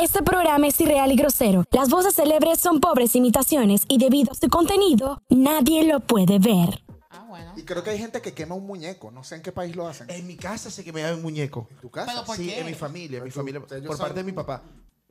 Este programa es irreal y grosero. Las voces célebres son pobres imitaciones y debido a su contenido, nadie lo puede ver. Ah, bueno. Y creo que hay gente que quema un muñeco. No sé en qué país lo hacen. En mi casa sé que me daban un muñeco. ¿En tu casa? Pero, ¿Por sí, qué? en mi familia, en mi Pero tú- familia. Por ustedes parte ellos son de mi papá.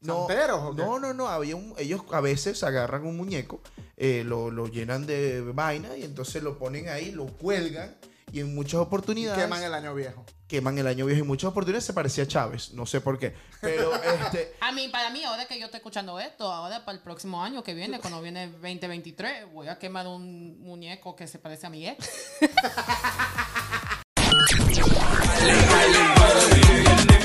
No, santeros, ¿o qué? no, no, no. Había un, ellos a veces agarran un muñeco, eh, lo, lo llenan de vaina y entonces lo ponen ahí, lo cuelgan y en muchas Y oportunidades queman el año viejo. queman el año viejo. En muchas oportunidades se parecía a Chávez, no sé por qué. Pero este, A mí, para mí, ahora que yo estoy escuchando esto, ahora para el próximo año que viene, cuando viene 2023, voy a quemar un muñeco que se parece a mi ex.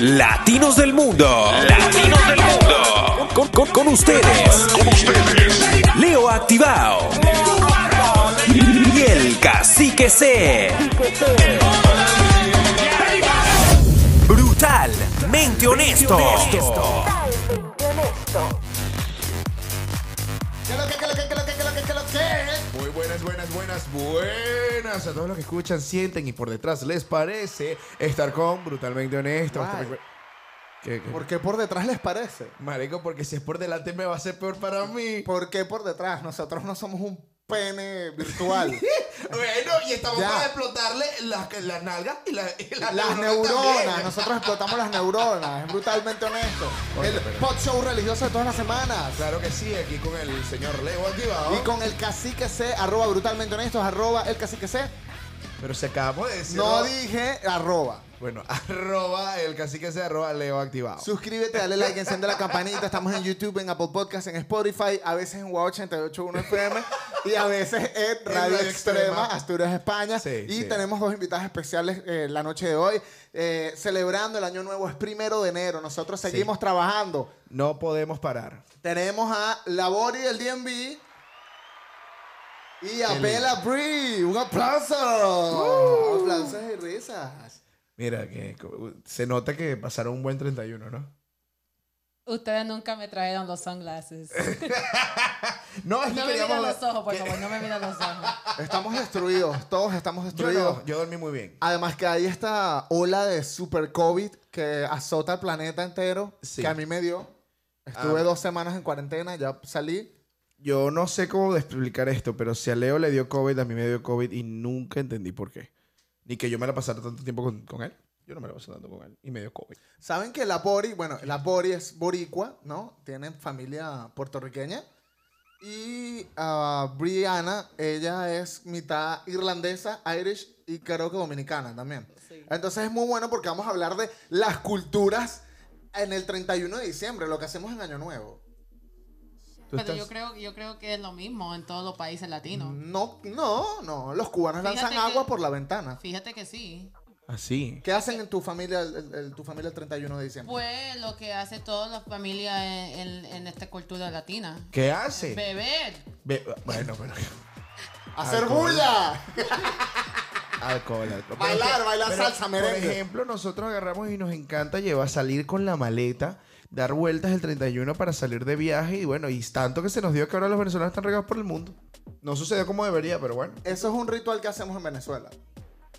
Latinos del Mundo. Latinos del Mundo. Con, con- con ustedes. Leo Activado. Y el Cacique C. Brutalmente honesto. ¿Qué lo que, qué lo que, qué lo que, qué lo que, qué lo que? Muy buenas, buenas, buenas, buenas. A todos los que escuchan, sienten y por detrás les parece estar con Brutalmente Honesto. Guay. ¿Qué, qué? ¿Por qué por detrás les parece? Marico, porque si es por delante me va a ser peor para mí. ¿Por qué por detrás? Nosotros no somos un pene virtual. Bueno, y estamos Ya. para explotarle las las nalgas y, la- y las Las neuronas. neuronas, también. nosotros explotamos las neuronas, es brutalmente honesto. Oye, El pero- pot show religioso de todas las semanas. Claro que sí, aquí con el señor Leo activado. Y con el cacique C, arroba brutalmente honesto, arroba el cacique C. Pero se acabamos de decir. No dije arroba. Bueno, arroba el cacique se arroba Leo activado. Suscríbete, dale like, enciende la campanita. Estamos en YouTube, en Apple Podcasts, en Spotify, a veces en WA881 FM y a veces en Radio Radio Extrema, Extrema. Asturias, España. Sí, y sí. tenemos dos invitadas especiales eh, la noche de hoy, eh, celebrando el Año Nuevo. Es primero de enero, nosotros seguimos trabajando. No podemos parar. Tenemos a Labori del DMV y a Qué Bella Bree. ¡Un aplauso! Uh. Aplausos y risas. Mira, que co- se nota que pasaron un buen 31, ¿no? Ustedes nunca me trajeron los sunglasses. No, No me es que queríamos miran hablar- los ojos, por que- favor, no me miran los ojos. Estamos destruidos, todos estamos Yo, destruidos. no, yo dormí muy bien. Además que hay esta ola de super COVID que azota el planeta entero, Sí. que a mí me dio. Estuve Ah. dos semanas en cuarentena, ya salí. Yo no sé cómo explicar esto, pero si a Leo le dio COVID, a mí me dio COVID y nunca entendí por qué. Ni que yo me la pasara tanto tiempo con, con él. Yo no me la pasé tanto con él y me dio COVID. ¿Saben que la Bori, bueno, la Bori es boricua, ¿no? Tienen familia puertorriqueña. Y ah, Brianna, ella es mitad irlandesa, Irish y creo que dominicana también. Entonces es muy bueno porque vamos a hablar de las culturas en el 31 de diciembre, lo que hacemos en Año Nuevo. Tú Pero estás- Mm. yo, creo, yo creo que es lo mismo en todos los países latinos. No, no, no. Los cubanos lanzan Fíjate que- agua por la ventana. Fíjate que sí. Así. ¿Qué hacen en tu familia el, el- el- tu familia el 31 de diciembre? Pues lo que hace toda la familia en, en- en esta cultura latina. ¿Qué hace? Beber. Ve- bueno, pero... ¡Hacer alcohol. bulla! Alcohol, alcohol. Bailar, Pero es que- bailar salsa, merengue. Por ejemplo, nosotros agarramos y nos encanta llevar, salir con la maleta, dar vueltas el 31 para salir de viaje y bueno, y tanto que se nos dio que ahora los venezolanos están regados por el mundo. No sucedió como debería, pero bueno. Eso es un ritual que hacemos en Venezuela.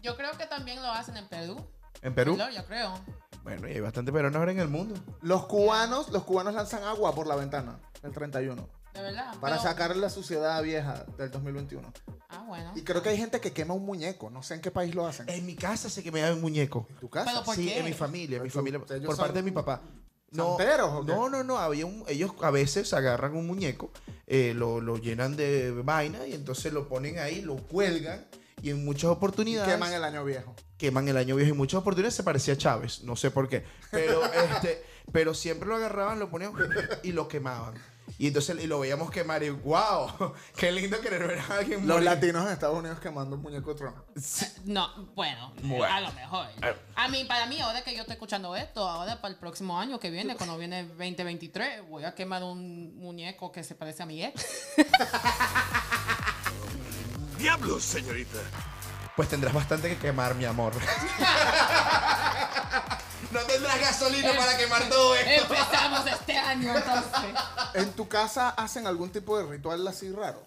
Yo creo que también lo hacen en Perú. En Perú, Yo creo. bueno, y hay bastante peruanos ahora en el mundo. Los cubanos, los cubanos lanzan agua por la ventana el 31 De verdad. para pero- sacar la suciedad vieja del 2021. Ah, bueno. Y creo que hay gente que quema un muñeco, no sé en qué país lo hacen. En mi casa sé que me daban un muñeco. ¿En tu casa? Eh, Pero ¿Por sí, qué? en mi familia, en mi Pero tú- familia. ustedes Por son parte de mi papá. santeros, ¿o qué? no, no, no. Había un, ellos a veces agarran un muñeco, eh, lo, lo llenan de vaina y entonces lo ponen ahí, lo cuelgan y en muchas Y oportunidades queman el año viejo. queman el año viejo y muchas oportunidades se parecía a Chávez, no sé por qué, pero este, pero siempre lo agarraban, lo ponían y lo quemaban. Y entonces y lo veíamos quemar y wow, qué lindo querer ver a alguien Los morir. latinos en Estados Unidos quemando un muñeco de Trump. No, bueno, Bueno. Eh. a lo mejor. A mí, para mí, ahora que yo estoy escuchando esto, ahora para el próximo año que viene, cuando viene 2023, voy a quemar un muñeco que se parece a mi ex. Diablos, señorita. Pues tendrás bastante que quemar, mi amor. no tendrás gasolina para quemar todo esto. Empezamos este año, entonces. ¿En tu casa hacen algún tipo de ritual así raro?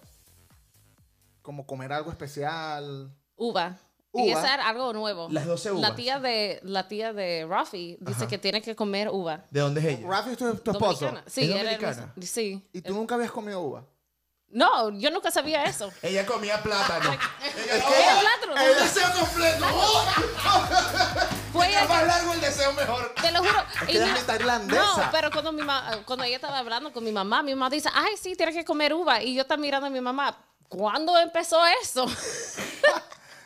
Como comer algo especial. Uva. Y Uva. eso era algo nuevo. Las 12 uvas. La tía de, la tía de Rafi dice Ajá. que tiene que comer uva. ¿De dónde es ella? Rafi es tu, tu esposo. Dominicana. Sí, ¿Es era el- dominicana? sí. Y tú nunca habías comido uva. No, yo nunca sabía eso. Ella comía plátano. ella, Era ¡Oh! plátano. ¡El deseo completo! ¡Oh! Fue Mientras ella- más largo el deseo, mejor. Te lo juro. que Y ella no- es tailandesa. No, pero cuando, mi ma- cuando ella estaba hablando con mi mamá, mi mamá dice, ay, sí, tienes que comer uva. Y yo estaba mirando a mi mamá, ¿cuándo empezó eso?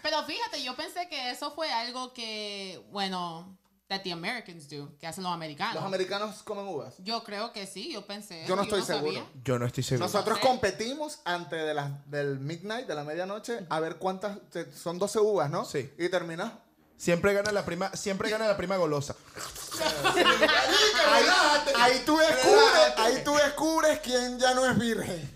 Pero fíjate, yo pensé que eso fue algo que, bueno, that the Americans do, que hacen los americanos. Los americanos comen uvas. yo creo que sí, yo pensé. Yo no eso, estoy seguro. sabía. Yo no estoy seguro. Nosotros competimos antes de las, del midnight, de la medianoche, a ver cuántas. te- son 12 uvas, ¿no? Sí. Y terminas. Siempre gana la prima, siempre gana la prima golosa. Ahí, ahí tú descubres, ahí tú descubres quién ya no es virgen.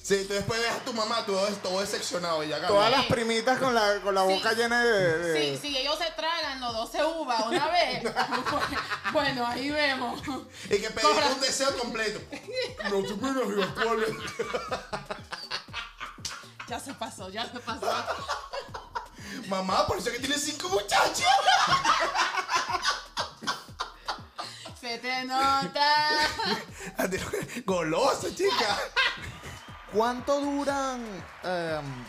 Sí, tú después ves a tu mamá todo, todo decepcionado y ya ganó. Todas las primitas con la, con la boca llena de. Sí, de- si ellos se tragan los 12 uvas una vez, bueno, ahí vemos. Y que pedí un deseo completo. No te miras, Dios, ¿cuál es? Ya se pasó, ya se pasó. Mamá, por eso que tiene cinco muchachos. Se te nota. Golosa, chica. ¿Cuánto duran? em,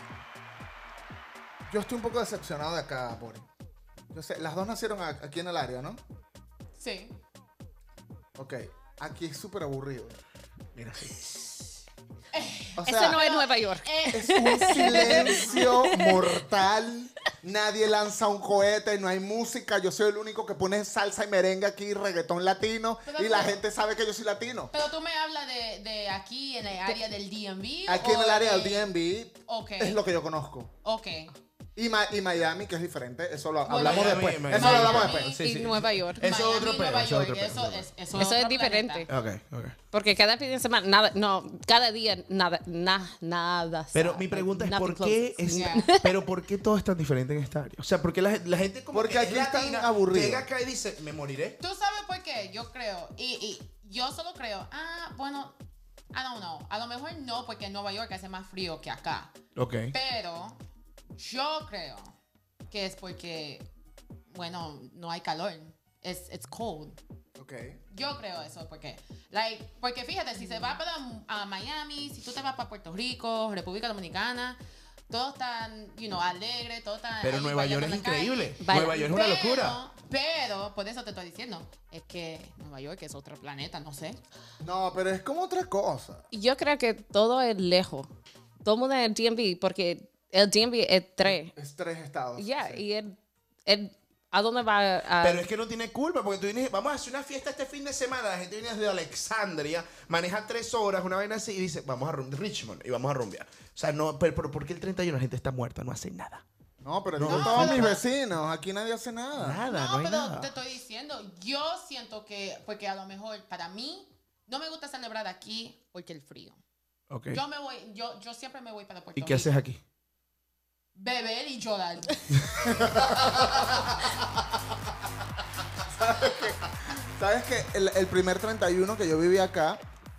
yo estoy un poco decepcionado de acá, Bori. Yo sé, las dos nacieron a- aquí en el área, ¿no? Sí. Ok. Aquí es súper aburrido. Mira, sí. O eso no es Nueva York. Eh, Es un silencio mortal. Nadie lanza un cohete, no hay música. Yo soy el único que pone salsa y merengue aquí, reggaetón latino. Pero y la no. gente sabe que yo soy latino. pero tú me hablas de, de aquí, en el área del DMV. Aquí en o el área de- del DMV Ok. es lo que yo conozco. Ok. Y, Ma- y Miami, que es diferente, eso lo hablamos Miami, después. Miami. eso lo hablamos Miami. después. Sí, y sí. Eh, Nueva York. Eso es Miami, otro Nueva pedo, eso es York, otro eso pedo. es- Eso es otro diferente. planeta. Ok, ok. Porque cada fin de semana, nada, no, cada día, nada, na- nada. Pero sabe. mi pregunta es, Nothing ¿por qué, closes. es, Yeah. pero ¿por qué todo es tan diferente en esta área? O sea, porque la, gen- la gente como Porque que aquí es están latina, aburridos. Llega acá y dice, me moriré. Tú sabes por qué, yo creo. Y, y yo solo creo, ah, bueno, I don't know. A lo mejor no, porque en Nueva York hace más frío que acá. Ok. Pero yo creo que es porque, bueno, no hay calor. Es it's cold. Ok. Yo creo eso, porque, like, porque fíjate, si se va para a Miami, si tú te vas para Puerto Rico, República Dominicana, todo tan, you know, alegre, todo tan. Pero ahí Nueva York es bailando en la increíble. calle. Vaya- Nueva York es una Pero- locura. Pero, por eso te estoy diciendo, es que Nueva York es otro planeta, no sé. No, pero es como otra cosa. Yo creo que todo es lejos. Todo el mundo en el DMV, porque el DMV es tres. Eh, Es tres estados. Ya, sí. y el, el- ¿a dónde va? a- Pero es que no tiene culpa, porque tú vienes, vamos a hacer una fiesta este fin de semana, la gente viene desde Alexandria, maneja tres horas, una vaina así, y dice, vamos a rum- Richmond, y vamos a rumbear. O sea, no, pero, pero ¿por qué el 31 la gente está muerta? No hace nada. No, pero yo todos mis vecinos, aquí nadie hace nada. Nada, Ah. no, No, hay pero nada. te estoy diciendo, yo siento que, porque a lo mejor para mí, no me gusta celebrar aquí porque el frío. Ok. Yo me voy, yo, yo siempre me voy para Puerto ¿Y qué haces Rico. aquí? Beber y llorar. ¿Sabes que el, el primer 31 que yo viví acá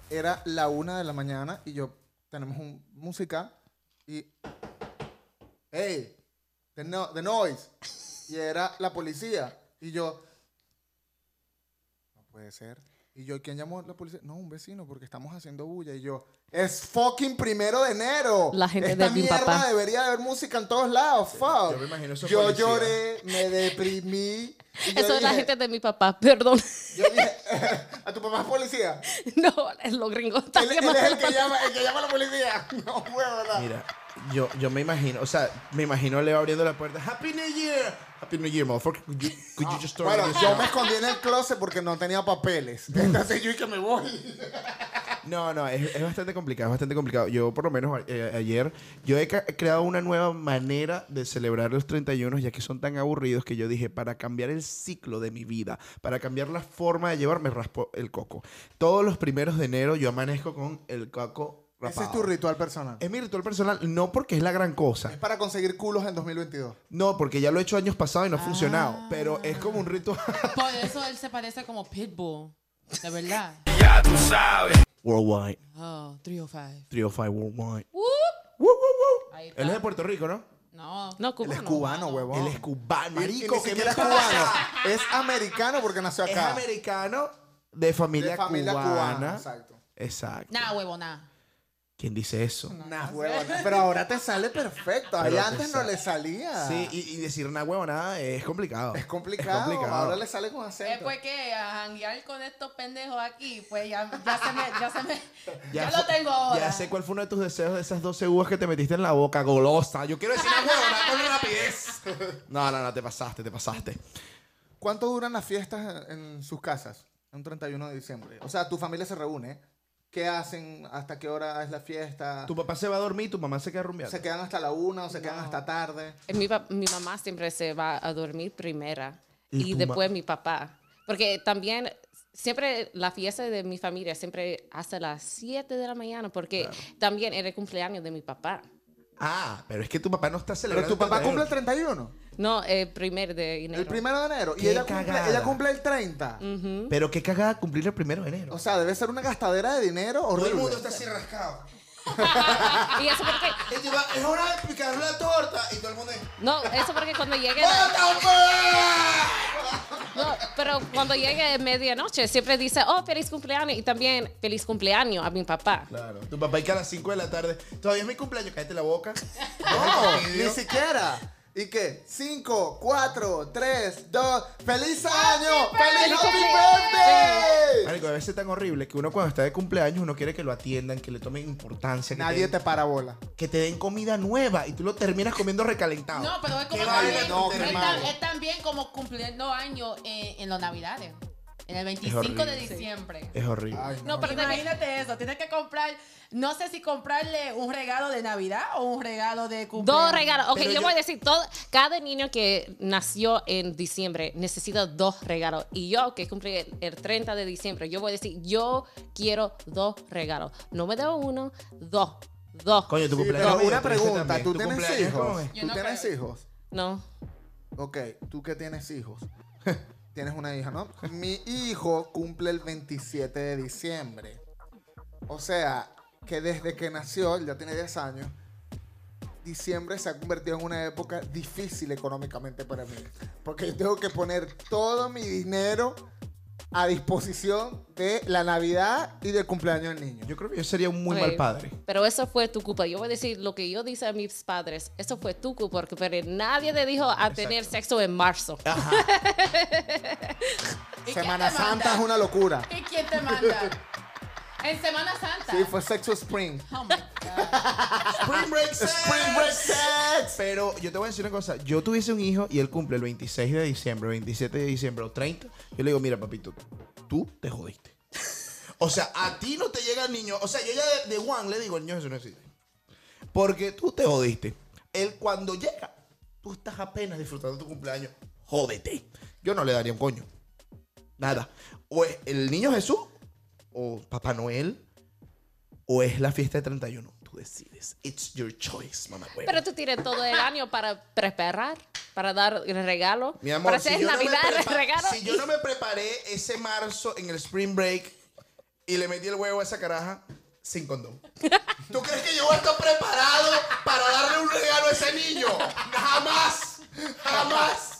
era la una de la mañana y yo tenemos un música y. ¡Hey! The, no- the noise. Y era la policía. Y yo. No puede ser. Y yo, ¿quién llamó a la policía? No, un vecino, porque estamos haciendo bulla. Y yo, es fucking primero de enero. La gente Esta de mi mierda papá. debería haber música en todos lados. Fuck. yo me imagino esos Yo policías. lloré, me deprimí. y yo Eso es la dije, gente de mi papá, perdón. yo dije, a tu papá es policía. No, los gringos están Él, él llamando es el la que policía. llama, el que llama a la policía. No, huevo, ¿verdad? Mira, yo, yo me imagino, o sea, me imagino Leo abriendo la puerta. Happy New Year. Happy New Year, motherfucker. Could you, could you just turn Bueno, this yo off? me escondí en el closet porque no tenía papeles. Entonces yo dije, me voy. No, no, es, es bastante complicado, es bastante complicado. Yo, por lo menos eh, ayer, yo he ca- creado una nueva manera de celebrar los 31, ya que son tan aburridos que yo dije, para cambiar el ciclo de mi vida, para cambiar la forma de llevar, me raspo el coco. Todos los primeros de enero yo amanezco con el coco Ese rapado. es tu ritual personal. Es mi ritual personal, no porque es la gran cosa, Es para conseguir culos en 2022. no, porque ya lo he hecho años pasados y no ha Ah. funcionado, pero es como un ritual. Por eso él se parece como Pitbull. De verdad. Worldwide, Oh, 305. 305 Worldwide. Uh, Woo, woo, woo. Ahí está. Él es de Puerto Rico, ¿no? No. No, Él es cubano. cubano, huevón. Él es cubano. Marico, que siquiera es pasa? cubano. Es americano porque nació Es acá. americano de familia, De familia cubana. cubana, exacto. Exacto. Nah, huevo, nah. ¿Quién dice eso? Nah, huevona. Pero ahora te sale perfecto. Ahí Pero te antes no sale. le salía. Sí, y, y decir una huevonada es complicado. Es complicado. Ahora le sale con acento. Después que a janguear con estos pendejos aquí, pues ya, ya se me, ya se me, ya, lo fu- tengo ahora. Ya sé cuál fue uno de tus deseos de esas 12 uvas que te metiste en la boca, golosa. Yo quiero decir una huevonada con rapidez. No, no, no, te pasaste, te pasaste. ¿Cuánto duran las fiestas en sus casas? Un 31 de diciembre. O sea, tu familia se reúne. ¿Qué hacen? ¿Hasta qué hora es la fiesta? Tu papá se va a dormir, tu mamá se queda rumbeando. ¿Se quedan hasta la una o se quedan hasta tarde? Eh, Mi, pa- mi mamá siempre se va a dormir primera ¿Y y, tu ma- después mi papá. Porque también siempre la fiesta de mi familia siempre hasta las 7 de la mañana porque también era el cumpleaños de mi papá. Ah, pero es que tu papá no está Pero celebrando. tu papá cumple el el 31. No, el primer de enero. El primero de enero. Y Qué ella cumple, cagada. ella cumple el 30. Pero qué cagada cumplir el primero de enero. O sea, debe ser una gastadera de dinero todo horrible. el mundo está así rascado. Y eso porque, Y lleva- Es hora de picar la torta y todo el mundo. es, no, eso porque cuando llegue... ¡Bota, pues! No, pero cuando llegue medianoche siempre dice, oh, feliz cumpleaños y también feliz cumpleaños a mi papá. Claro. Tu papá y que a las 5 de la tarde. Todavía es mi cumpleaños, cállate la boca. No, Ay, ni Dios. siquiera. ¿Y qué? 5, 4, 3, 2. ¡Feliz año! ¡Feliz Happy Birthday! Marico, a veces es tan horrible que uno cuando está de cumpleaños uno quiere que lo atiendan, que le tomen importancia, que, Nadie te, te para bola. que te den comida nueva y tú lo terminas comiendo recalentado. No, pero es como Qué vaina también, no, qué es, mal. tan- es también como cumpliendo años en, en los navidades. En el 25 de horrible. diciembre. Es horrible. Ay, No, pero también- Imagínate eso, tienes que comprar, no sé si comprarle un regalo de Navidad o un regalo de cumpleaños. Dos regalos. Ok, Pero yo, yo- voy a decir, todo, cada niño que nació en diciembre necesita dos regalos. Y yo, que cumplí el, el 30 de diciembre, yo voy a decir, yo quiero dos regalos. No me debo uno, dos. Dos. Coño, tu Sí, cumpleaños. pero es una pregunta, el 13 también. ¿tú Tu tienes cumpleaños, ¿cómo hijos? es? Yo ¿Tú no tienes creo. hijos? No. Ok, tú que tienes hijos. tienes una hija, ¿no? Mi hijo cumple el 27 de diciembre. O sea, que desde que nació, él ya tiene 10 años, diciembre se ha convertido en una época difícil económicamente para mí. Porque yo tengo que poner todo mi dinero a disposición de la Navidad y del cumpleaños del niño. Yo creo que yo sería un muy Ok. mal padre. Pero eso fue tu culpa. Yo voy a decir lo que yo dije a mis padres. Eso fue tu culpa, porque pero nadie te dijo a tener sexo en marzo. ¿Y Semana quién te Santa es manda? una locura. ¿Y quién te manda? En Semana Santa. Sí, fue sexo spring. Oh my God. Spring Break Spring break sex. Pero yo te voy a decir una cosa. Yo tuviese un hijo y él cumple el 26 de diciembre, 27 de diciembre o 30. Yo le digo, mira, papito, tú te jodiste. o sea, a ti no te llega el niño. O sea, yo ya de, de Juan le digo, el niño Jesús no existe. Porque tú te jodiste. Él cuando llega, tú estás apenas disfrutando tu cumpleaños. Jódete. Yo no le daría un coño. Nada. O es el niño Jesús, o Papá Noel, o es la fiesta de 31. Tú decides. It's your choice, mamá. huevo. Pero tú tienes todo el año para preparar, para dar el regalo, Mi amor, para hacer si yo, Navidad, no me el prepa- regalo. si yo y- no me preparé ese marzo en el spring break y le metí el huevo a esa caraja sin condón. ¿Tú crees que yo voy a estar preparado para darle un regalo a ese niño? Jamás, jamás.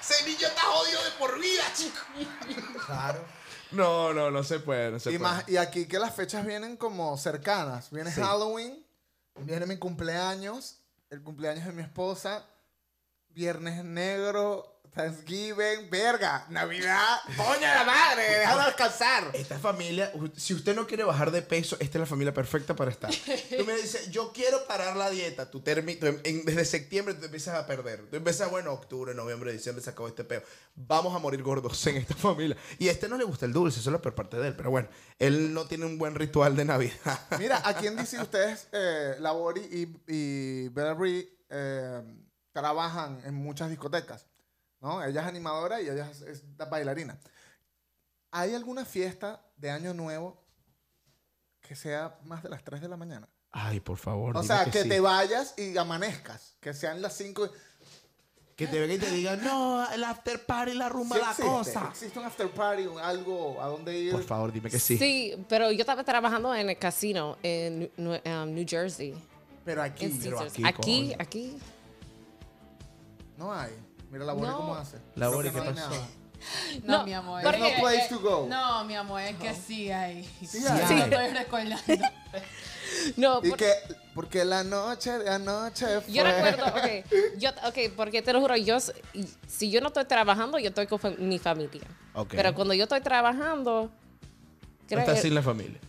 Ese niño está jodido de por vida, chico. Claro. No, no, no se puede, no se Y, más, y aquí que las fechas vienen como cercanas. Viene Halloween, viene mi cumpleaños, el cumpleaños de mi esposa, Viernes Negro, Thanksgiving, verga, Navidad. ¡Coño de la madre! ¡Déjalo alcanzar! Esta familia, u- si usted no quiere bajar de peso, esta es la familia perfecta para estar. Tú me dices, yo quiero parar la dieta. Tú termi- tú em- en- desde septiembre tú empiezas a perder. Tú empiezas, bueno, octubre, noviembre, diciembre, se acabó este peo. Vamos a morir gordos en esta familia. Y a este no le gusta el dulce, eso es la peor parte de él. Pero bueno, él no tiene un buen ritual de Navidad. Mira, ¿a quién dicen ustedes, eh, la Bori y, y Berry eh, trabajan en muchas discotecas? ¿no? Ella es animadora y ella es, es la bailarina. ¿Hay alguna fiesta de Año Nuevo que sea más de las 3 de la mañana? Ay, por favor. O dime sea, que, sí. te vayas y amanezcas, que sean las 5. Que te venga y te diga, no, el after party, la rumba, la cosa. Existe un after party, un algo a dónde ir. Por favor, dime que Eh, sí. Sí, pero yo estaba trabajando en el casino en New, New- um, New Jersey. Pero aquí, En pero Caesars. aquí aquí, Aquí, coño. aquí. no hay. Mira la Bori No. cómo hace. La Bori, Creo que ¿qué hay pasó? nada. No, No, mi amor. There's no es que- place to go. No, mi amor, es que sí hay. Sí hay. Sí, estoy recordando. No, Y por- que, porque la noche de anoche fue... yo recuerdo, ok, yo, ok, porque te lo juro, yo, s- y- si yo no estoy trabajando, yo estoy con fa- mi familia. Ok. Pero cuando yo estoy trabajando, No creo, estás sin la familia.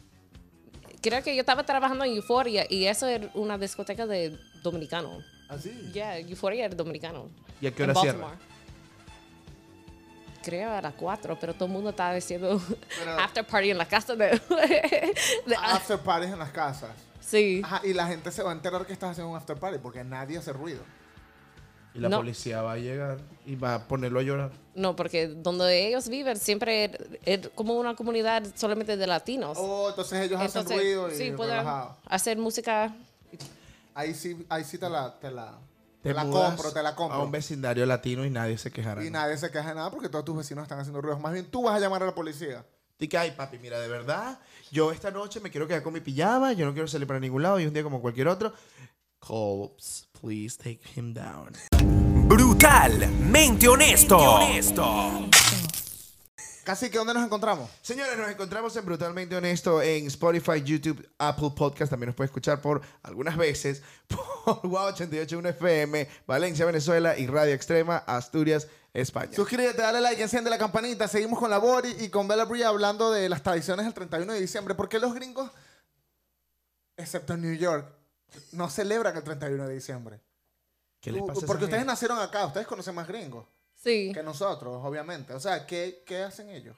creo que yo estaba trabajando en Euphoria y eso era una discoteca de dominicano. Así. Yeah, Euphoria era dominicano. ¿Y a qué en hora cierra? Baltimore. Creo a las 4, pero todo el mundo estaba diciendo Pero- Ah, after party en la casa de... de- After parties en las casas. sí. Ajá, y la gente se va a enterar que estás haciendo un after party porque nadie hace ruido. Y la No. policía va a llegar y va a ponerlo a llorar. No, porque donde ellos viven siempre es- es como una comunidad solamente de latinos. Oh, entonces ellos hacen Entonces, ruido y sí, pueden relajado. hacer música. Ahí sí, ahí sí te la, te la, te Te la mudas compro, te la A un compro. vecindario latino y nadie se quejará. Y ¿no? nadie se queja de nada porque todos tus vecinos están haciendo ruidos. Más bien tú vas a llamar a la policía. Y que, ay, papi, mira, de verdad, yo esta noche me quiero quedar con mi pijama, yo no quiero salir para ningún lado y un día como cualquier otro. Cops, please take him down. Brutalmente honesto. Casi que ¿dónde nos encontramos? Señores, nos encontramos en Brutalmente Honesto en Spotify, YouTube, Apple Podcast. También nos puede escuchar por algunas veces por Wow881 FM, Valencia, Venezuela y Radio Extrema, Asturias, España. Suscríbete, dale like, enciende la campanita. Seguimos con la Bori y con Bella Brie hablando de las tradiciones del 31 de diciembre. ¿Por qué los gringos, excepto en New York, no celebran el 31 de diciembre? ¿Qué les U- pasa a esa Uh, Porque ustedes gente? nacieron acá, ustedes conocen más gringos Sí. que nosotros, obviamente. O sea, ¿qué, qué hacen ellos?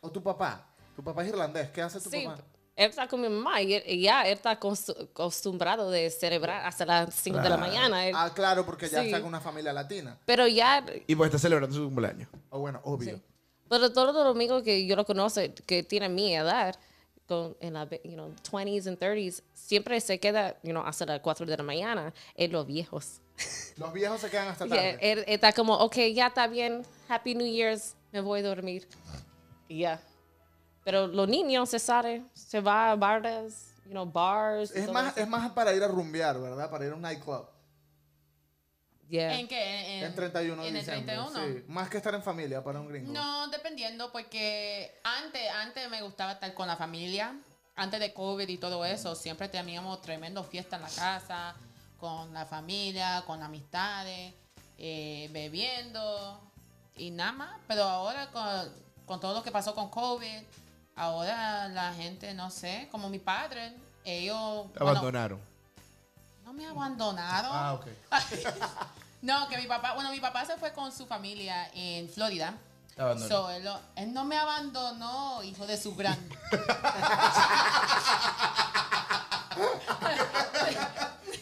¿O tu papá? Tu papá es irlandés, ¿qué hace tu Sí. papá? Él está con mi mamá y, él- y ya él está acos- acostumbrado de celebrar hasta las 5 de la Claro. mañana. Él- Ah, claro, porque ya Sí. está con una familia latina. pero ya, Y pues está celebrando su cumpleaños. O bueno, obvio. pero todos los amigos que yo lo conozco, que tienen mi edad, con, en la, ve- you know, 20s and 30s, siempre se queda, you know, hasta las 4 de la mañana, en los viejos. Los viejos se quedan hasta Y tarde. él, él está como, ok, ya está bien, Happy New Year's, me voy a dormir. Y ya. Pero los niños se salen, se va a bares, you know, bars. y es, todo más, eso. es más para ir a rumbear, ¿verdad? Para ir a un nightclub. Yeah. ¿En qué? En, En 31 de en el diciembre. 31. sí. Más que estar en familia para un gringo. No, dependiendo, porque antes, antes me gustaba estar con la familia. Antes de COVID y todo eso, siempre teníamos tremendo fiesta en la casa, con la familia, con amistades, eh, bebiendo y nada más. Pero ahora con, con todo lo que pasó con COVID, ahora la gente, no sé, como mi padre, ellos... bueno, Abandonaron. no me abandonaron. Ah, ok. No, que mi papá, bueno, mi papá se fue con su familia en Florida. Te abandonó. So, él, lo- él no me abandonó, hijo de su gran.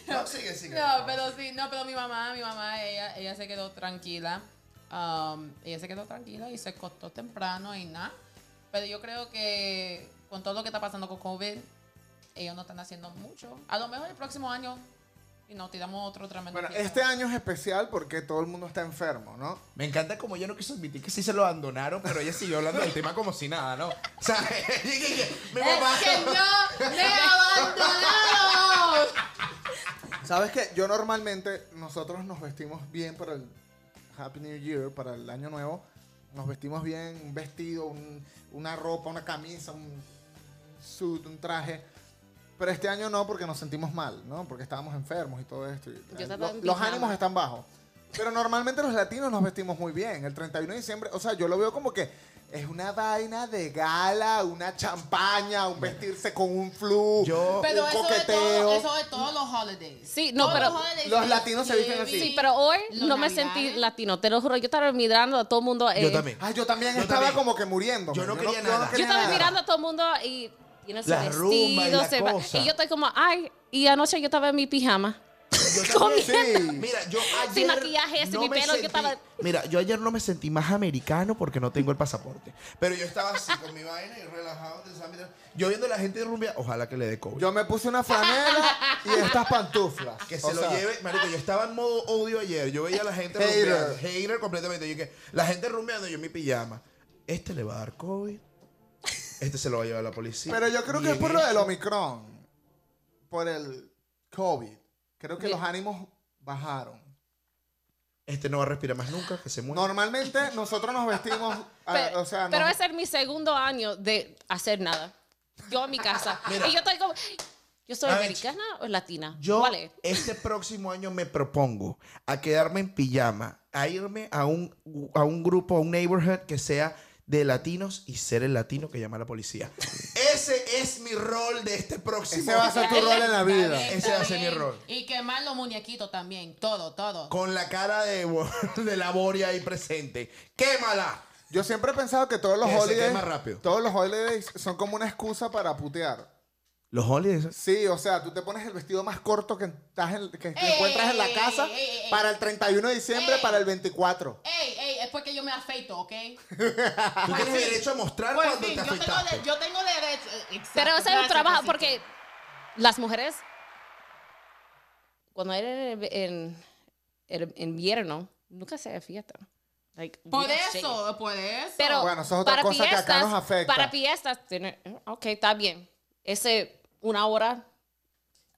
No, sigue, sigue. No, pero sí, no, pero mi mamá, mi mamá, ella, ella se quedó tranquila. Um, ella se quedó tranquila y se acostó temprano y nada. Pero yo creo que con todo lo que está pasando con COVID, ellos no están haciendo mucho. A lo mejor el próximo año y nos tiramos otro tremendo. Bueno, fiesta. este año es especial porque todo el mundo está enfermo, ¿no? Me encanta como ella no quiso admitir que sí se lo abandonaron, pero ella siguió hablando del tema como si nada, ¿no? O sea, mi mamá. Es que no me abandonaron. Sabes que yo normalmente, nosotros nos vestimos bien para el Happy New Year, para el año nuevo. Nos vestimos bien, un vestido, un- una ropa, una camisa, un suit, un traje. Pero este año no, porque nos sentimos mal, ¿no? Porque estábamos enfermos y todo esto. y- Yo estaba lo- en los pijama. ánimos están bajos. Pero normalmente los latinos nos vestimos muy bien. El 31 de diciembre, o sea, yo lo veo como que es una vaina de gala, una champaña, un vestirse con un flu, Yo- Pero un eso de, coqueteo. todo, eso de todos los holidays. Sí, no, Todos pero- holidays Los de latinos se visten así. Sí, pero hoy los no me navidades. sentí latino, te lo juro. Yo estaba mirando a todo el mundo. eh, Yo también. Ah, yo también Yo estaba también. como que muriendo. Yo no quería nada. Yo estaba mirando a todo el mundo y tiene su La vestido. rumba y la se va- cosa. y yo estoy como, ay, y anoche yo estaba en mi pijama. Sí. Mira, yo ayer Sin maquillaje, sin mi me pelo, yo estaba- Mira, yo ayer no me sentí más americano porque no tengo el pasaporte. Pero yo estaba así con mi vaina y relajado. te sabes, mira, Yo viendo a la gente de rumbia, ojalá que le dé COVID. Yo me puse una franela y estas pantuflas. que se O lo sea, lleve, marico, yo estaba en modo odio ayer. Yo veía a la gente Hater. rumbeando, hater completamente. Yo que la gente rumbeando, yo en mi pijama. Este le va a dar COVID. Este se lo va a llevar la policía. Pero yo creo que Bien es por lo del hecho. Omicron. por el COVID, creo que Bien. los ánimos bajaron. Este no va a respirar más nunca, que se muera. Normalmente nosotros nos vestimos, Ah, a- Pero, o sea, pero nos- ese es mi segundo año de hacer nada. Yo en mi casa. Mira. y yo estoy como. ¿Yo soy Ah, americana o latina? Yo ¿Cuál es? este próximo año me propongo a quedarme en pijama, a irme a un, a un grupo, a un neighborhood que sea de latinos y ser el latino que llama a la policía. Ese es mi rol de este próximo ese va a ser tu rol en la vida. Está bien, Ese va a ser está mi bien. rol. Y quemar los muñequitos también. Todo, todo. Con la cara de, de la Boria ahí presente. ¡Quémala! Yo siempre he pensado que todos los Que se holidays, quema rápido. todos los holidays son como una excusa para putear. Los holidays. Sí, o sea, tú te pones el vestido más corto que, estás en- que te Ey, Eh, encuentras en la ey, casa ey, ey, ey. para el 31 de diciembre, Ey. para el 24. Ey, ey, es porque yo me afeito, ¿ok? Tú tienes derecho a mostrar Por cuando fin, te Pues yo tengo, afeitaste. de- yo tengo derecho. eh, exacto, Pero ese es un gracias, trabajo, Casita. porque las mujeres, cuando eres en, en- en invierno, nunca se fiesta. Like, we Por don't shave. eso, por eso. Pero Bueno, eso es otra para cosa que acá fiestas- nos afecta. Para fiestas, tener- ok, está bien. Ese, una hora.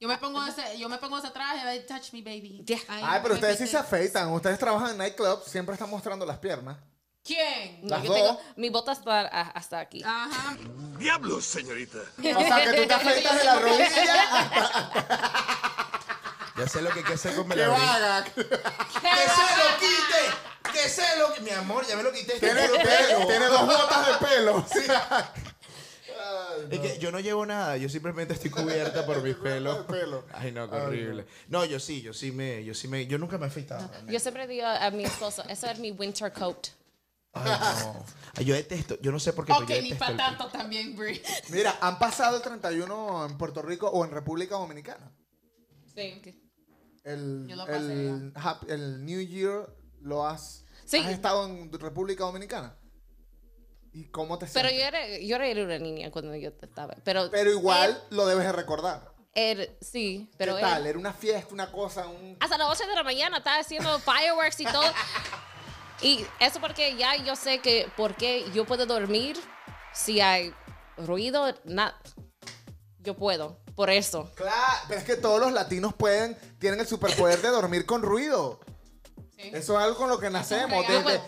yo me pongo ese, yo me pongo ese traje, like, touch me, baby. Ya. Ay, me pero ustedes sí se afeité. afeitan. Ustedes trabajan en nightclub, siempre están mostrando las piernas. ¿Quién? no, Las yo tengo dos. mi bota hasta, a- hasta aquí. Ajá. Diablos, señorita. O sea, que tú te afeitas de la rodilla Ah, hasta Ya sé lo que hay que hacer con que Melanie. vaga. ¡Que se lo quite! ¡Que se lo quite! Mi amor, ya me lo quité. este Tiene, puro tiene- pelo. tiene dos botas de pelo. sí. Es que yo no llevo nada, yo simplemente estoy cubierta por mis pelos. pelo. Ay, no, qué horrible. No, yo sí, yo sí me, yo sí me, yo nunca me he afeitado. Yo siempre digo a mi esposo, ese es mi winter coat. Ay, no. Ay, yo detesto, yo no sé por qué, Ok, pero yo ni detesto para el pelo. tanto también, Brie. Mira, ¿han pasado el 31 en Puerto Rico o en República Dominicana? Sí. El, Yo lo pasé el, hap- el New Year lo has, Sí. has estado en República Dominicana. ¿Y cómo te Pero yo sientes? era, yo era una niña cuando yo estaba. Pero, Pero igual lo debes de recordar. él- él- sí, pero ¿Qué él- tal? Era una fiesta, una cosa, un... hasta las 8 de la mañana estaba haciendo fireworks y todo. Y eso porque ya yo sé que por qué yo puedo dormir si hay ruido, nada. Yo puedo, por eso. Claro, pero es que todos los latinos pueden, tienen el superpoder de dormir con ruido. Sí. Eso es algo con lo que nacemos. regalo. Desde,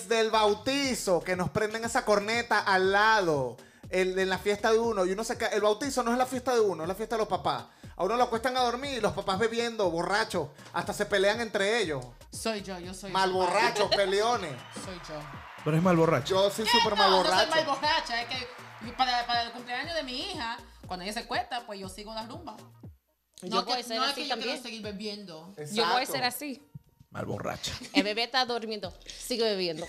desde el bautizo, que nos prenden esa corneta al lado, el- en la fiesta de uno. Y uno se ca- El bautizo no es la fiesta de uno, es la fiesta de los papás. A uno lo cuestan a dormir y los papás bebiendo, borrachos. Hasta se pelean entre ellos. Soy yo, yo soy Mal borrachos, peleones. Soy yo. Pero es mal borracho. Yo soy súper no, mal no soy mal borracho. borracha. Es que para, para el cumpleaños de mi hija, cuando ella se cuesta, pues yo sigo la rumba. No, yo que- voy a ser no es así que yo también. quiero seguir bebiendo. Yo voy a Exacto. ser así. Mal borracho. El bebé está durmiendo, sigue bebiendo.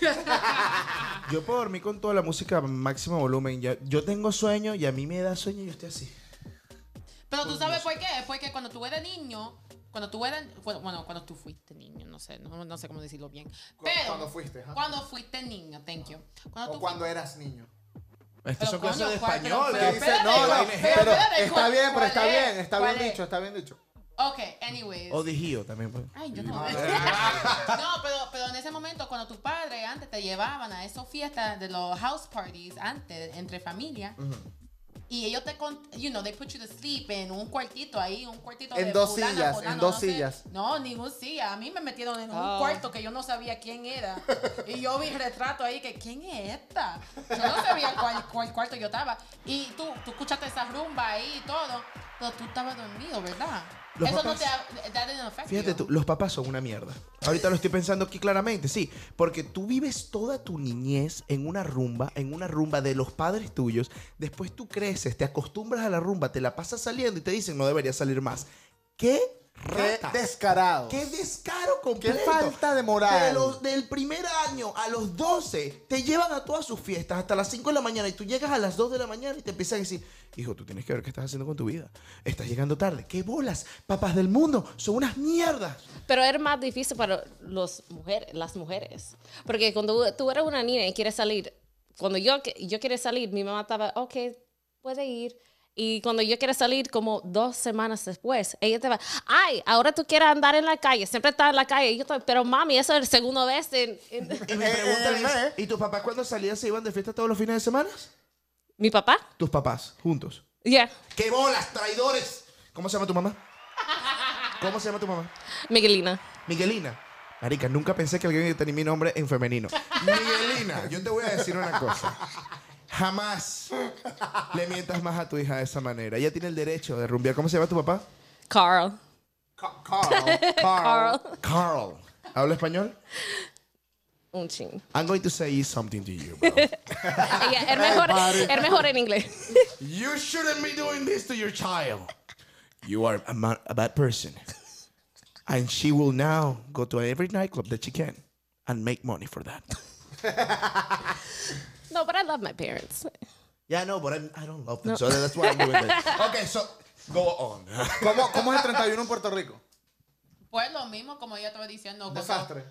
Yo puedo dormir con toda la música a máximo volumen. ya- yo tengo sueño y a mí me da sueño y yo estoy así. Pero pues, tú sabes por qué. Es porque cuando tú eres niño, cuando tú eres. Bueno, bueno, cuando tú fuiste niño, no sé, no, no sé cómo decirlo bien. Cu- Pero. cuando fuiste, ajá. Cuando fuiste niño, thank you. Cuando O tú cuando eras niño. Estas son coño, cosas de ¿cuál? Pero- español. pero- que Dice, dicen, espérate, no, no, la ¿cuál? vaina es- Pero- pero espérate, está ¿cuál- bien, pero cuál está es? bien, está bien ¿Cuál es? dicho, está bien dicho. fuiste- Ok, anyways. O dijío también. pues. Ay, yo no. no, pero, pero en ese momento, cuando tus padres antes te llevaban a esas fiestas de los house parties, antes, entre familia, y ellos te, con- you know, they put you to sleep en un cuartito ahí, un cuartito En de dos fulana, sillas, en fulano, dos no sé. sillas. No, ningún silla. A mí me metieron en Ah. un cuarto que yo no sabía quién era. Y yo vi retrato ahí que, ¿quién es esta? Yo no sabía cuál, cuál cuarto yo estaba. Y tú, tú escuchaste esa rumba ahí y todo, pero tú estabas dormido, ¿verdad? Los Eso papás- no te... ha- that didn't affect Fíjate you. tú, los papás son una mierda. Ahorita lo estoy pensando aquí claramente, sí. Porque tú vives toda tu niñez en una rumba, en una rumba de los padres tuyos. Después tú creces, te acostumbras a la rumba, te la pasas saliendo y te dicen no debería salir más. ¿Qué Qué rata? descarado. ¡Qué descaro completo! Qué falta de moral. De los- del primer año a los 12 te llevan a todas sus fiestas hasta las 5 de la mañana y tú llegas a las 2 de la mañana y te empiezan a decir, hijo, tú tienes que ver qué estás haciendo con tu vida. Estás llegando tarde. ¡Qué bolas! Papás del mundo, son unas mierdas. Pero es más difícil para los mujeres, las mujeres. Porque cuando tú eres una niña y quieres salir, cuando yo, yo quería salir, mi mamá estaba, ok, puede ir. Y cuando yo quería salir, como dos semanas después, ella te va, ay, ahora tú quieres andar en la calle, siempre estás en la calle. Y yo estoy, pero mami, eso es el segundo vez en- en- Y mi Eh, pregunta eh, eh. es, ¿y tus papás cuando salían se iban de fiesta todos los fines de semana? ¿Mi papá? Tus papás, juntos. Ya. ¡Qué bolas, traidores! ¿Cómo se llama tu mamá? ¿Cómo se llama tu mamá? Miguelina. Miguelina. Marica, nunca pensé que alguien iba a tener mi nombre en femenino. Miguelina, yo te voy a decir una cosa. Jamás le mientas más a tu hija de esa manera. Ella tiene el derecho de rumbear. ¿Cómo se llama tu papá? Carl. Ca- Carl. Carl. Carl. Carl. ¿Habla español? Un ching. I'm going to say something to you, bro. Ella, es mejor, es mejor en inglés. You shouldn't be doing this to your child. You are a, ma- a bad person. And she will now go to every nightclub that she can and make money for that. No, but I love my parents. Yeah, no, but I'm, I don't love them, so that's why I'm doing this. Okay, so go on. ¿Cómo, ¿Cómo es el 31 en Puerto Rico? Pues lo mismo, como ya estaba diciendo. cuando- Desastre.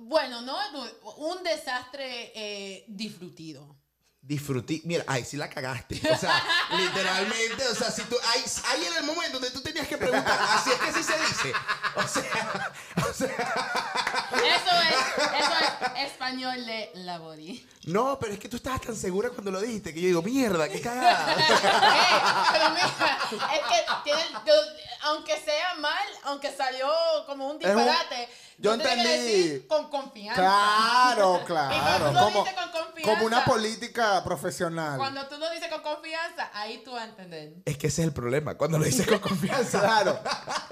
Bueno, no, no, un desastre eh, disfrutido. Disfrutí, mira, ay, sí la cagaste. O sea, literalmente, o sea, si tú, ahí, ahí era el momento donde tú tenías que preguntar, así es que así se dice. O sea, o sea. Eso es, eso es español de labori. No, pero es que tú estabas tan segura cuando lo dijiste que yo digo, mierda, qué cagada. pero mira, es que tiene, yo- aunque sea mal, aunque salió como un Es un- disparate, yo tú tienes que entendí. decir con confianza. Claro, Y claro. cuando tú lo Como, dices con confianza. como una política profesional. Cuando tú lo dices con confianza, ahí tú vas a entender. Es que ese es el problema, cuando lo dices con confianza. Claro,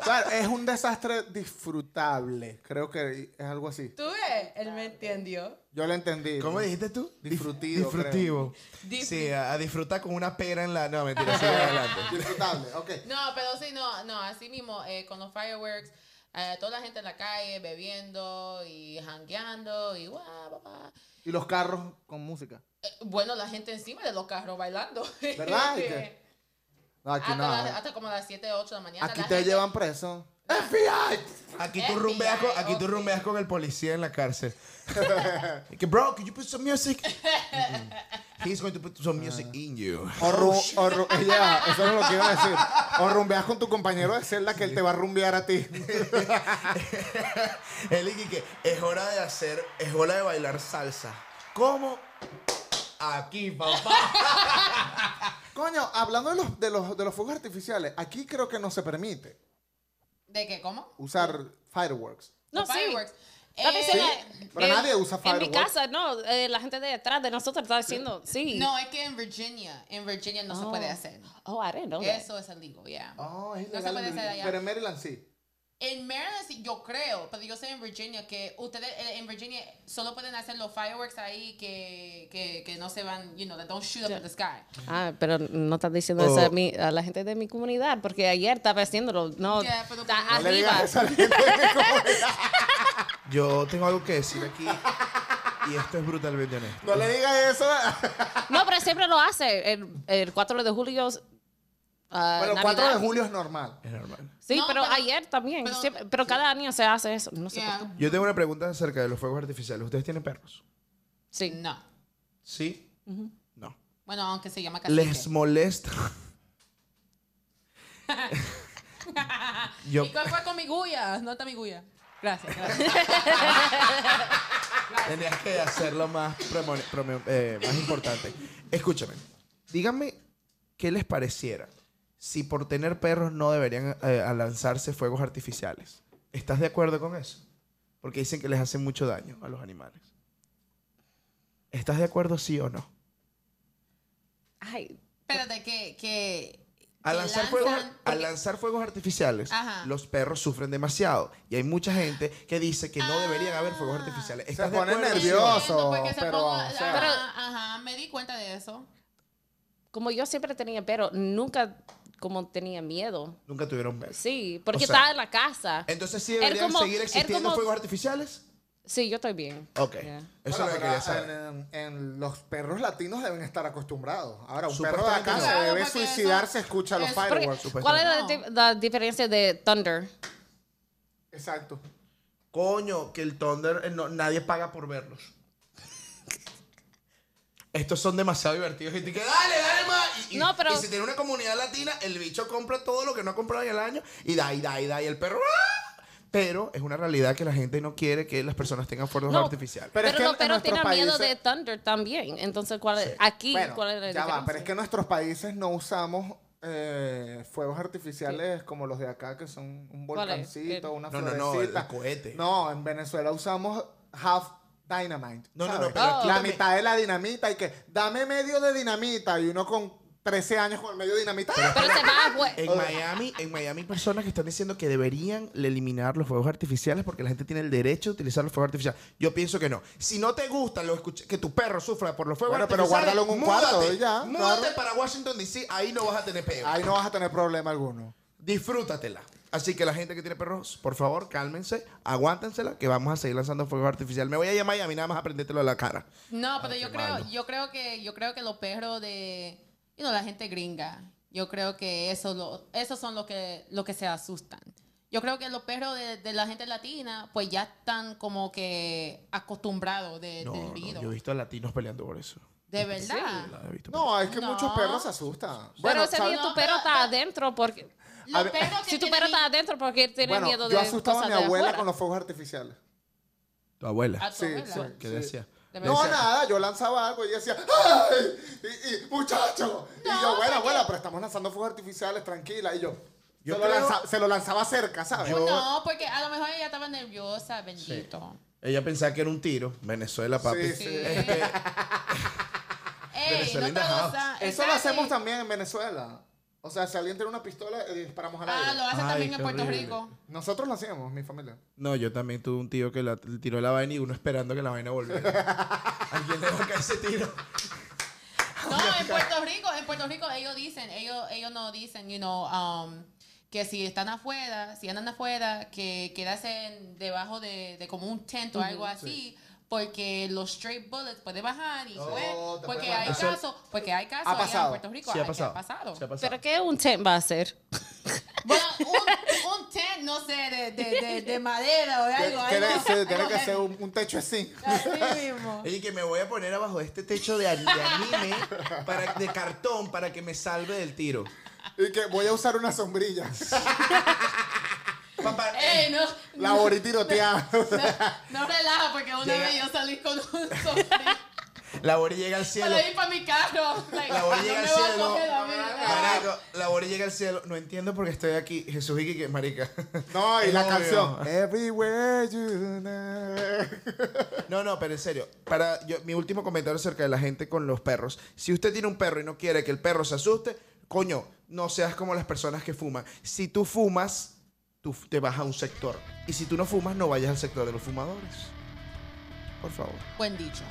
claro, es un desastre disfrutable. Creo que es algo así. Tú ves, él me entendió. Yo lo entendí. ¿Cómo dijiste tú? Disfrutivo, Disfrutivo. Disfrut- Sí, a, a disfrutar con una pera en la. No, mentira, sigue adelante. Disfrutable, ok. No, pero sí, no, no, así mismo, eh, con los fireworks, eh, toda la gente en la calle bebiendo y jangueando y guau, papá. Y los carros con música. Eh, bueno, la gente encima de los carros bailando. ¿Verdad? ¿Y qué? No, aquí hasta, no. las- hasta como las 7, 8 de la mañana. Aquí la te gente- llevan preso. ¡FBI! Aquí tú rumbeas con, aquí tú Ok. rumbeas con el policía en la cárcel. Y que, bro, can you put some music? Mm-mm. He's going to put some music in you. O, ru- o ru- ya, eso es lo que iba a decir. O rumbeas con tu compañero de celda que él te va a rumbear a ti. Él y que es hora de hacer, es hora de bailar salsa. ¿Cómo? Aquí, papá. Coño, hablando de los, de los, de los fuegos artificiales, aquí creo que no se permite ¿De qué? ¿Cómo? usar fireworks. No, Los sí. Fireworks. La Eh, vecina- pero en- nadie usa En mi fireworks. casa, no. eh, la gente de atrás de nosotros está diciendo, sí. Eh, No, es que en Virginia, en Virginia no se Oh. puede hacer. Oh, I didn't know that. Eso es illegal, yeah. Oh, es no se ilegal puede hacer en Virginia. allá. Pero en Maryland sí. En Maryland sí, yo creo, pero yo sé en Virginia que ustedes eh, en Virginia solo pueden hacer los fireworks ahí que, que, que no se van, you know, that don't shoot up in the sky. Ah, pero no estás diciendo eso a, Oh. mí- a la gente de mi comunidad, porque ayer estaba haciéndolo. No, Ya, pero está como- No le digas eso arriba. a la gente de mi comunidad. Yo tengo algo que decir aquí. Y esto es brutalmente honesto. No le digas eso. Ah, No, pero siempre lo hace. El, el 4 de julio. ah, Bueno, el Navidad. 4 de julio es normal. Es normal. Sí, No, pero, pero- ayer también. pero- Siempre- pero cada año se hace eso. No sé por qué. Yeah. Yo tengo una pregunta acerca de los fuegos artificiales. ¿Ustedes tienen perros? Sí. No. ¿Sí? No. Bueno, aunque se llama cacique. ¿Les molesta? Yo, ¿Y cuál fue con mi guya? No está mi guya. Gracias, gracias. Tenías que hacerlo más, premone- prome- eh, más importante. Escúchame, díganme qué les pareciera si por tener perros no deberían eh, a lanzarse fuegos artificiales. ¿Estás de acuerdo con eso? Porque dicen que les hacen mucho daño a los animales. ¿Estás de acuerdo sí o no? Ay, Espérate, que. que Al que lanzar, lanzan- fuegos, al porque- lanzar fuegos artificiales, Ajá. los perros sufren demasiado. Y hay mucha gente que dice que no deberían haber fuegos Ah. artificiales. Se ¿Estás de ponen acuerdo? nerviosos. Entiendo, porque se pero, ponga- o sea- ajá, ajá, me di cuenta de eso. como yo siempre tenía pero nunca como tenía miedo. Nunca tuvieron perros. Sí, porque O sea, estaba en la casa. Entonces sí Él deberían como- seguir él existiendo como- fuegos artificiales. Sí, yo estoy bien. Ok. Yeah. Eso Bueno, es lo que pero quería saber. En, en- los perros latinos deben estar acostumbrados. Ahora, un perro de Supuestamente acá no. se Claro, porque debe eso- suicidar, se escucha los es porque- Porque, fireworks. ¿Cuál es la, No. di- la diferencia de Thunder? Exacto. Coño, que el Thunder eh, no- nadie paga por verlos. Estos son demasiado divertidos. Y te que dale, dale más. Y, y- No, pero- y si tiene una comunidad latina, el bicho compra todo lo que no ha comprado en el año y da, y da, y da. Y el perro. ¡ah! Pero es una realidad que la gente no quiere que las personas tengan fuegos No. artificiales. Pero Pero, es que en los perros nuestros tienen miedo de países- Thunder también. Entonces, ¿cuál es, aquí, Bueno, ¿cuál es la ya diferencia? va, pero es que en nuestros países no usamos eh, fuegos artificiales como los de acá, que son un ¿Cuál es? volcancito, El- una No, no, no, florecita. el cohete. No, en Venezuela usamos half dynamite. No, no, no, ¿sabes? pero Ah, aquí La también- mitad de la dinamita y que dame medio de dinamita y uno con 13 años con el medio de dinamita. Pero se va a Eh, hue- En Miami, en Miami hay personas que están diciendo que deberían eliminar los fuegos artificiales porque la gente tiene el derecho de utilizar los fuegos artificiales. Yo pienso que no. Si no te gusta lo escuch- que tu perro sufra por los fuegos Bueno, pero artificiales, guárdalo en un múdate, cuarto y ya, Múdate claro. para Washington DC, ahí no vas a tener peo. Ahí no vas a tener problema alguno. Disfrútatela. Así que la gente que tiene perros, por favor, cálmense, aguántensela, que vamos a seguir lanzando fuegos artificiales. Me voy a llamar y a mí nada más aprendértelo a la cara. No, pero yo Ah, qué creo, malo. yo creo que, yo creo que los perros de, you know, la gente gringa, yo creo que eso lo, esos son los que, los que se asustan. Yo creo que los perros de, de la gente latina, pues ya están como que acostumbrados de, No, del no, ruido. yo he visto a latinos peleando por eso. de verdad. La he visto. No, es que No. muchos perros se asustan. Pero ese ¿sabes? día tu No, perro pero- está adentro porque... Los A ver- perros que Si tu tienen perro in- está adentro porque tiene Bueno, miedo de yo asustaba a cosas mi de abuela afuera. con los fuegos artificiales. Tu abuela. a tu Sí, abuela. Ah, sí. ¿Qué decía? De No, Decía- nada, yo lanzaba algo y ella decía, ¡ay! Y, y, muchacho. y yo, bueno, abuela, pero estamos lanzando fuegos artificiales, tranquila. Y yo, Yo se, lo creo- lanza- se lo lanzaba cerca, ¿sabes? Yo- No, porque a lo mejor ella estaba nerviosa, bendito. Ella pensaba que era un tiro. Venezuela, papi. Sí, sí. Este, Ey, Venezuela no in te the house. gozas. Eso lo Exacto. hacemos también en Venezuela. O sea, si alguien tiene una pistola, eh, disparamos al Ah, lo aire. hacen Ay, también qué en Puerto horrible. Rico. Nosotros lo hacíamos, mi familia. No, yo también tuve un tío que la, le tiró la vaina y uno esperando que la vaina volviera. ¿A quién le va a caer ese tiro? No, en Puerto Rico, en Puerto Rico ellos dicen, ellos, ellos no dicen, you know, um, que si están afuera, si andan afuera, que quedarse en- debajo de, de como un tent o algo así, porque los straight bullets pueden bajar y pues, Oh, te puede porque hay matar. casos, porque hay casos Ha allá pasado. en Puerto Rico, Sí, ha hay- que pasado. Sí, ha pasado. ¿Pero qué un tent va a hacer? Bueno, un, un tent, no sé, de, de, de, de madera o de algo. Tiene que algo- ser, tiene algo que ser heavy. un, un techo así. Así mismo. Oye, que me voy a poner abajo de este techo de, an- de anime para, de cartón para que me salve del tiro. Y que voy a usar una sombrilla. Papá, Ey, no, La voy a tirotear. no relaja porque una Llega- vez yo salí con un sombrero. la Bori llega al cielo. Para ir para mi carro. Like, La Bori no llega me va al a cielo. coger a mí, ¿verdad? Marico, la Bori llega al cielo. No entiendo por qué estoy aquí. Jesús y que marica. No, y Es la obvio. canción. Everywhere you know. No, no, pero en serio. Para yo, mi último comentario acerca de la gente con los perros. Si usted tiene un perro y no quiere que el perro se asuste, coño, no seas como las personas que fuman. Si tú fumas, tú f- te vas a un sector. Y si tú no fumas, no vayas al sector de los fumadores. Por favor. Buen dicho.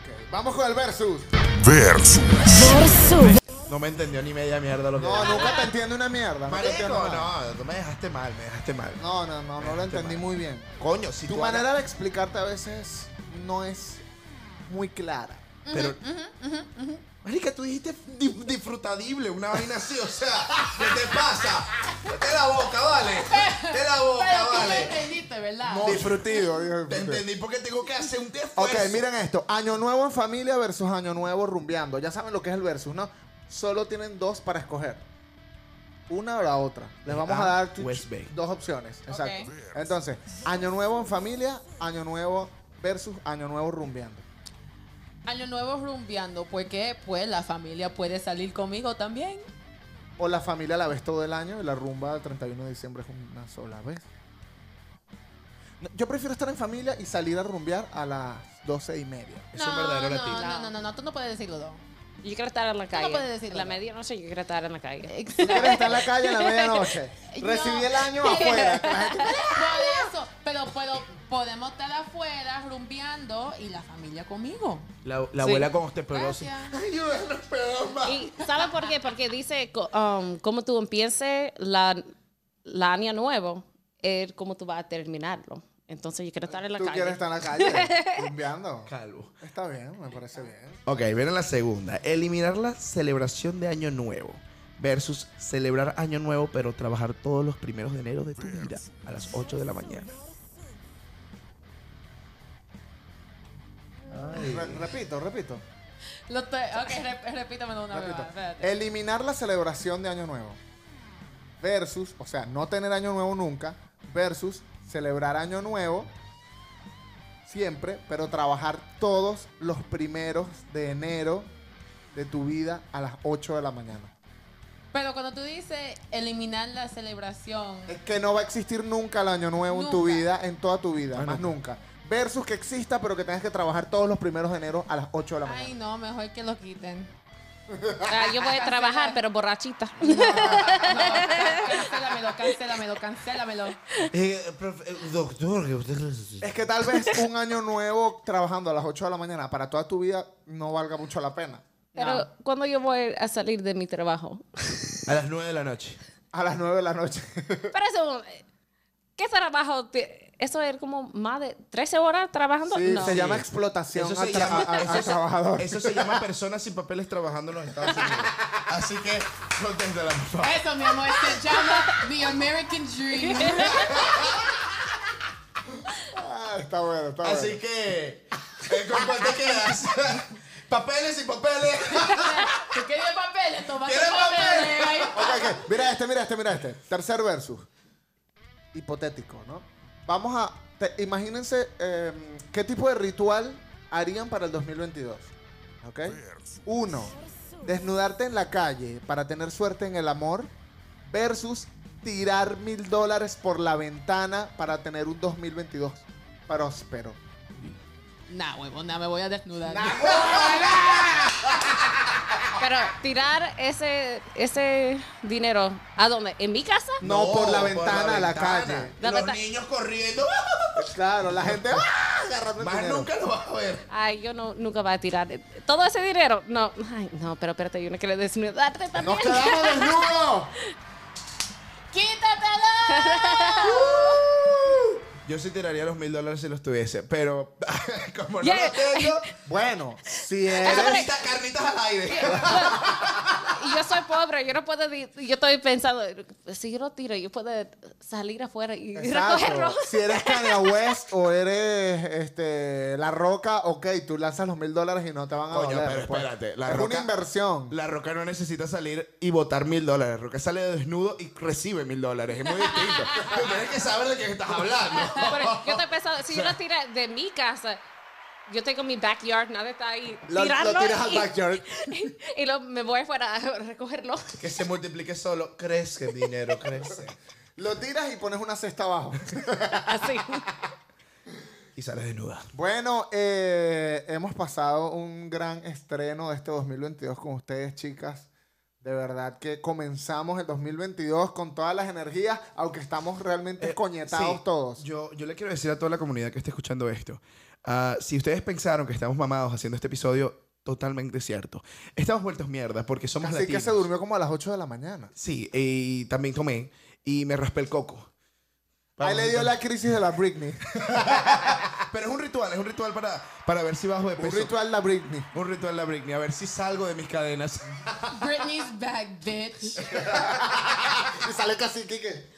Ok, Vamos con el versus. Versus. Versus. No me entendió ni media mierda lo que No, nunca te entiendo una mierda. No, te Ah, Marico, entiendo nada. no, tú me dejaste mal, me dejaste mal. no, no, no, no lo entendí muy bien. Coño, si Tu tú hagas- manera de explicarte a veces no es muy clara. Pero. Marica, tú dijiste di- disfrutadible, una vaina así, o sea, ¿qué te pasa? Te la boca, vale. Te la Pero boca, tú me vale. entendiste, ¿verdad? No, Disfrutido, digo, Ah, Te disfrutido. entendí porque tengo que hacer un pues. esfuerzo. Ok, miren esto. Año nuevo en familia versus año nuevo rumbeando. Ya saben lo que es el versus, ¿no? Solo tienen dos para escoger. Una o la otra. Les vamos a Ah, dar tu- West Bay. dos opciones. Exacto. Entonces, año nuevo en familia, año nuevo versus año nuevo rumbeando. Año nuevo rumbeando, porque pues la familia puede salir conmigo también. O la familia la ves todo el año y la rumba del 31 de diciembre es una sola vez. No, Yo prefiero estar en familia y salir a rumbear a las doce y media. Es un verdadero no, latino. No, no, no, no, tú no puedes decirlo, no. Yo quiero estar en la calle. puedes decirlo, Eh, la no. medianoche yo quiero estar en la calle. ¿Tú quieres estar en la calle a la medianoche? No. Recibí el año afuera. que la gente- Por eso, pero, pero podemos estar afuera rumbeando y la familia conmigo. La, la Sí. abuela con osteoporosis. Gracias. Ayúdanos, perdón, ma. ¿Y sabes por qué? Porque dice co- um, cómo tú empieces la, la año nuevo, es cómo tú vas a terminarlo. Entonces yo quiero estar en la Tú calle. quieres estar en la calle, rumbeando. Calvo. Está bien, me parece bien. Ok, viene la segunda. Eliminar la celebración de Año Nuevo versus celebrar Año Nuevo pero trabajar todos los primeros de enero de tu vida a las 8 de la mañana. Re- repito, repito. Lo estoy, ok, rep- repítamelo una vez repito. más. espérate. Eliminar la celebración de Año Nuevo. Versus, o sea, no tener Año Nuevo nunca. Versus celebrar Año Nuevo siempre, pero trabajar todos los primeros de enero de tu vida a las 8 de la mañana. Pero cuando tú dices eliminar la celebración, Es que no va a existir nunca el año nuevo en tu Nunca. vida, en toda tu vida, más nunca. Versus que exista, pero que tengas que trabajar todos los primeros de enero a las 8 de la mañana. ay no, mejor que lo quiten. Ah, yo voy a trabajar, pero borrachita. Cancélamelo, cancélamelo, cancélamelo. Eh, doctor, que usted... Es que tal vez un año nuevo trabajando a las 8 de la mañana para toda tu vida no valga mucho la pena. Pero cuando yo voy a salir de mi trabajo. A las 9 de la noche. A las 9 de la noche. Pero eso, ¿qué trabajo? te- Eso es como más de 13 horas trabajando. Sí, no. se llama explotación Eso al se tra- llama- a- a- eso al se- trabajador. Eso se llama personas sin papeles trabajando en los Estados Unidos. Así que, conténtala, por favor. Eso, mi amor, se llama mi American Dream. Ah, está bueno, está bueno. Así que, eh, ¿con cuál te quedas? papeles sin papeles. ¿Tú quieres papeles? Toma ¿Quieres papeles. Ok, ok. Mira este, mira este, mira este. Tercer versus. Hipotético, ¿no? Vamos a. te- imagínense eh, qué tipo de ritual harían para el 2022. ¿Ok? Uno, desnudarte en la calle para tener suerte en el amor. Versus tirar mil dólares por la ventana para tener un 2022 próspero. Nah, huevo, nah, me voy a desnudar. Pero tirar ese, ese dinero, ¿a dónde? ¿En mi casa? No, por la ventana a la ventana. calle. La Los venta- niños corriendo. Claro, la gente ¡ah! agarrando el Más dinero. nunca lo vas a ver. Ay, yo no, nunca voy a tirar. Todo ese dinero, no. Ay, no, pero espérate, yo no quiero desnudarte también. ¡Nos quedamos desnudos! Yo sí tiraría los mil dólares si los tuviese, pero como no Yeah. los tengo, Bueno, si eres. carnitas, carnitas al aire. Y yo soy pobre, yo no puedo. di- Yo estoy pensando, si yo lo tiro, yo puedo salir afuera y recogerlo. Exacto. Si eres Kanye West o eres este, La Roca, ok, tú lanzas los mil dólares y no te van a Coño, doler, pero pues. espérate, La es Roca- una inversión. La Roca no necesita salir y botar mil dólares. Roca sale desnudo y recibe mil dólares. Es muy distinto. Pero tienes que saber de qué estás hablando. Pero yo estoy pensando, si yo lo tiro de mi casa, yo tengo mi backyard, nada está ahí. Lo, tirarlo lo tiras al y- backyard. Y luego me voy afuera a recogerlo. Que se multiplique solo. Crece, dinero, crece. Lo tiras y pones una cesta abajo. Así. Y sales desnuda. Bueno, eh, hemos pasado un gran estreno de este 2022 con ustedes, chicas. De verdad que comenzamos el 2022 con todas las energías, aunque estamos realmente coñetados Eh, Sí, todos. Yo, yo le quiero decir a toda la comunidad que esté escuchando esto. ah, si ustedes pensaron que estamos mamados haciendo este episodio, totalmente cierto. Estamos vueltos mierda porque somos Así que latinos. se durmió como a las 8 de la mañana. Sí, y también tomé. Y me raspé el coco. Ahí le dio la crisis de la Britney. Pero es un ritual, es un ritual para, para ver si bajo de Un peso. ritual de la Britney. Un ritual de la Britney, a ver si salgo de mis cadenas. Britney's back, bitch. Y sale cacique que.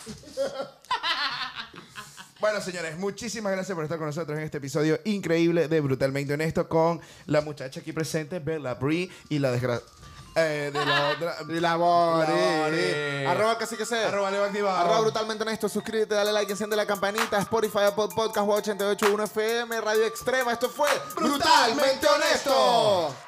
Bueno, señores, muchísimas gracias por estar con nosotros en este episodio increíble de Brutalmente Honesto con la muchacha aquí presente, Bella Brie, y la desgracia. de la otra. Y la Bori. Bori. Arroba cacique se. Arroba Leo Activado. Arroba brutalmente honesto. Suscríbete, dale like, enciende la campanita. Spotify, Apple Podcast, 881 FM, Radio Extrema. Esto fue Brutalmente honesto.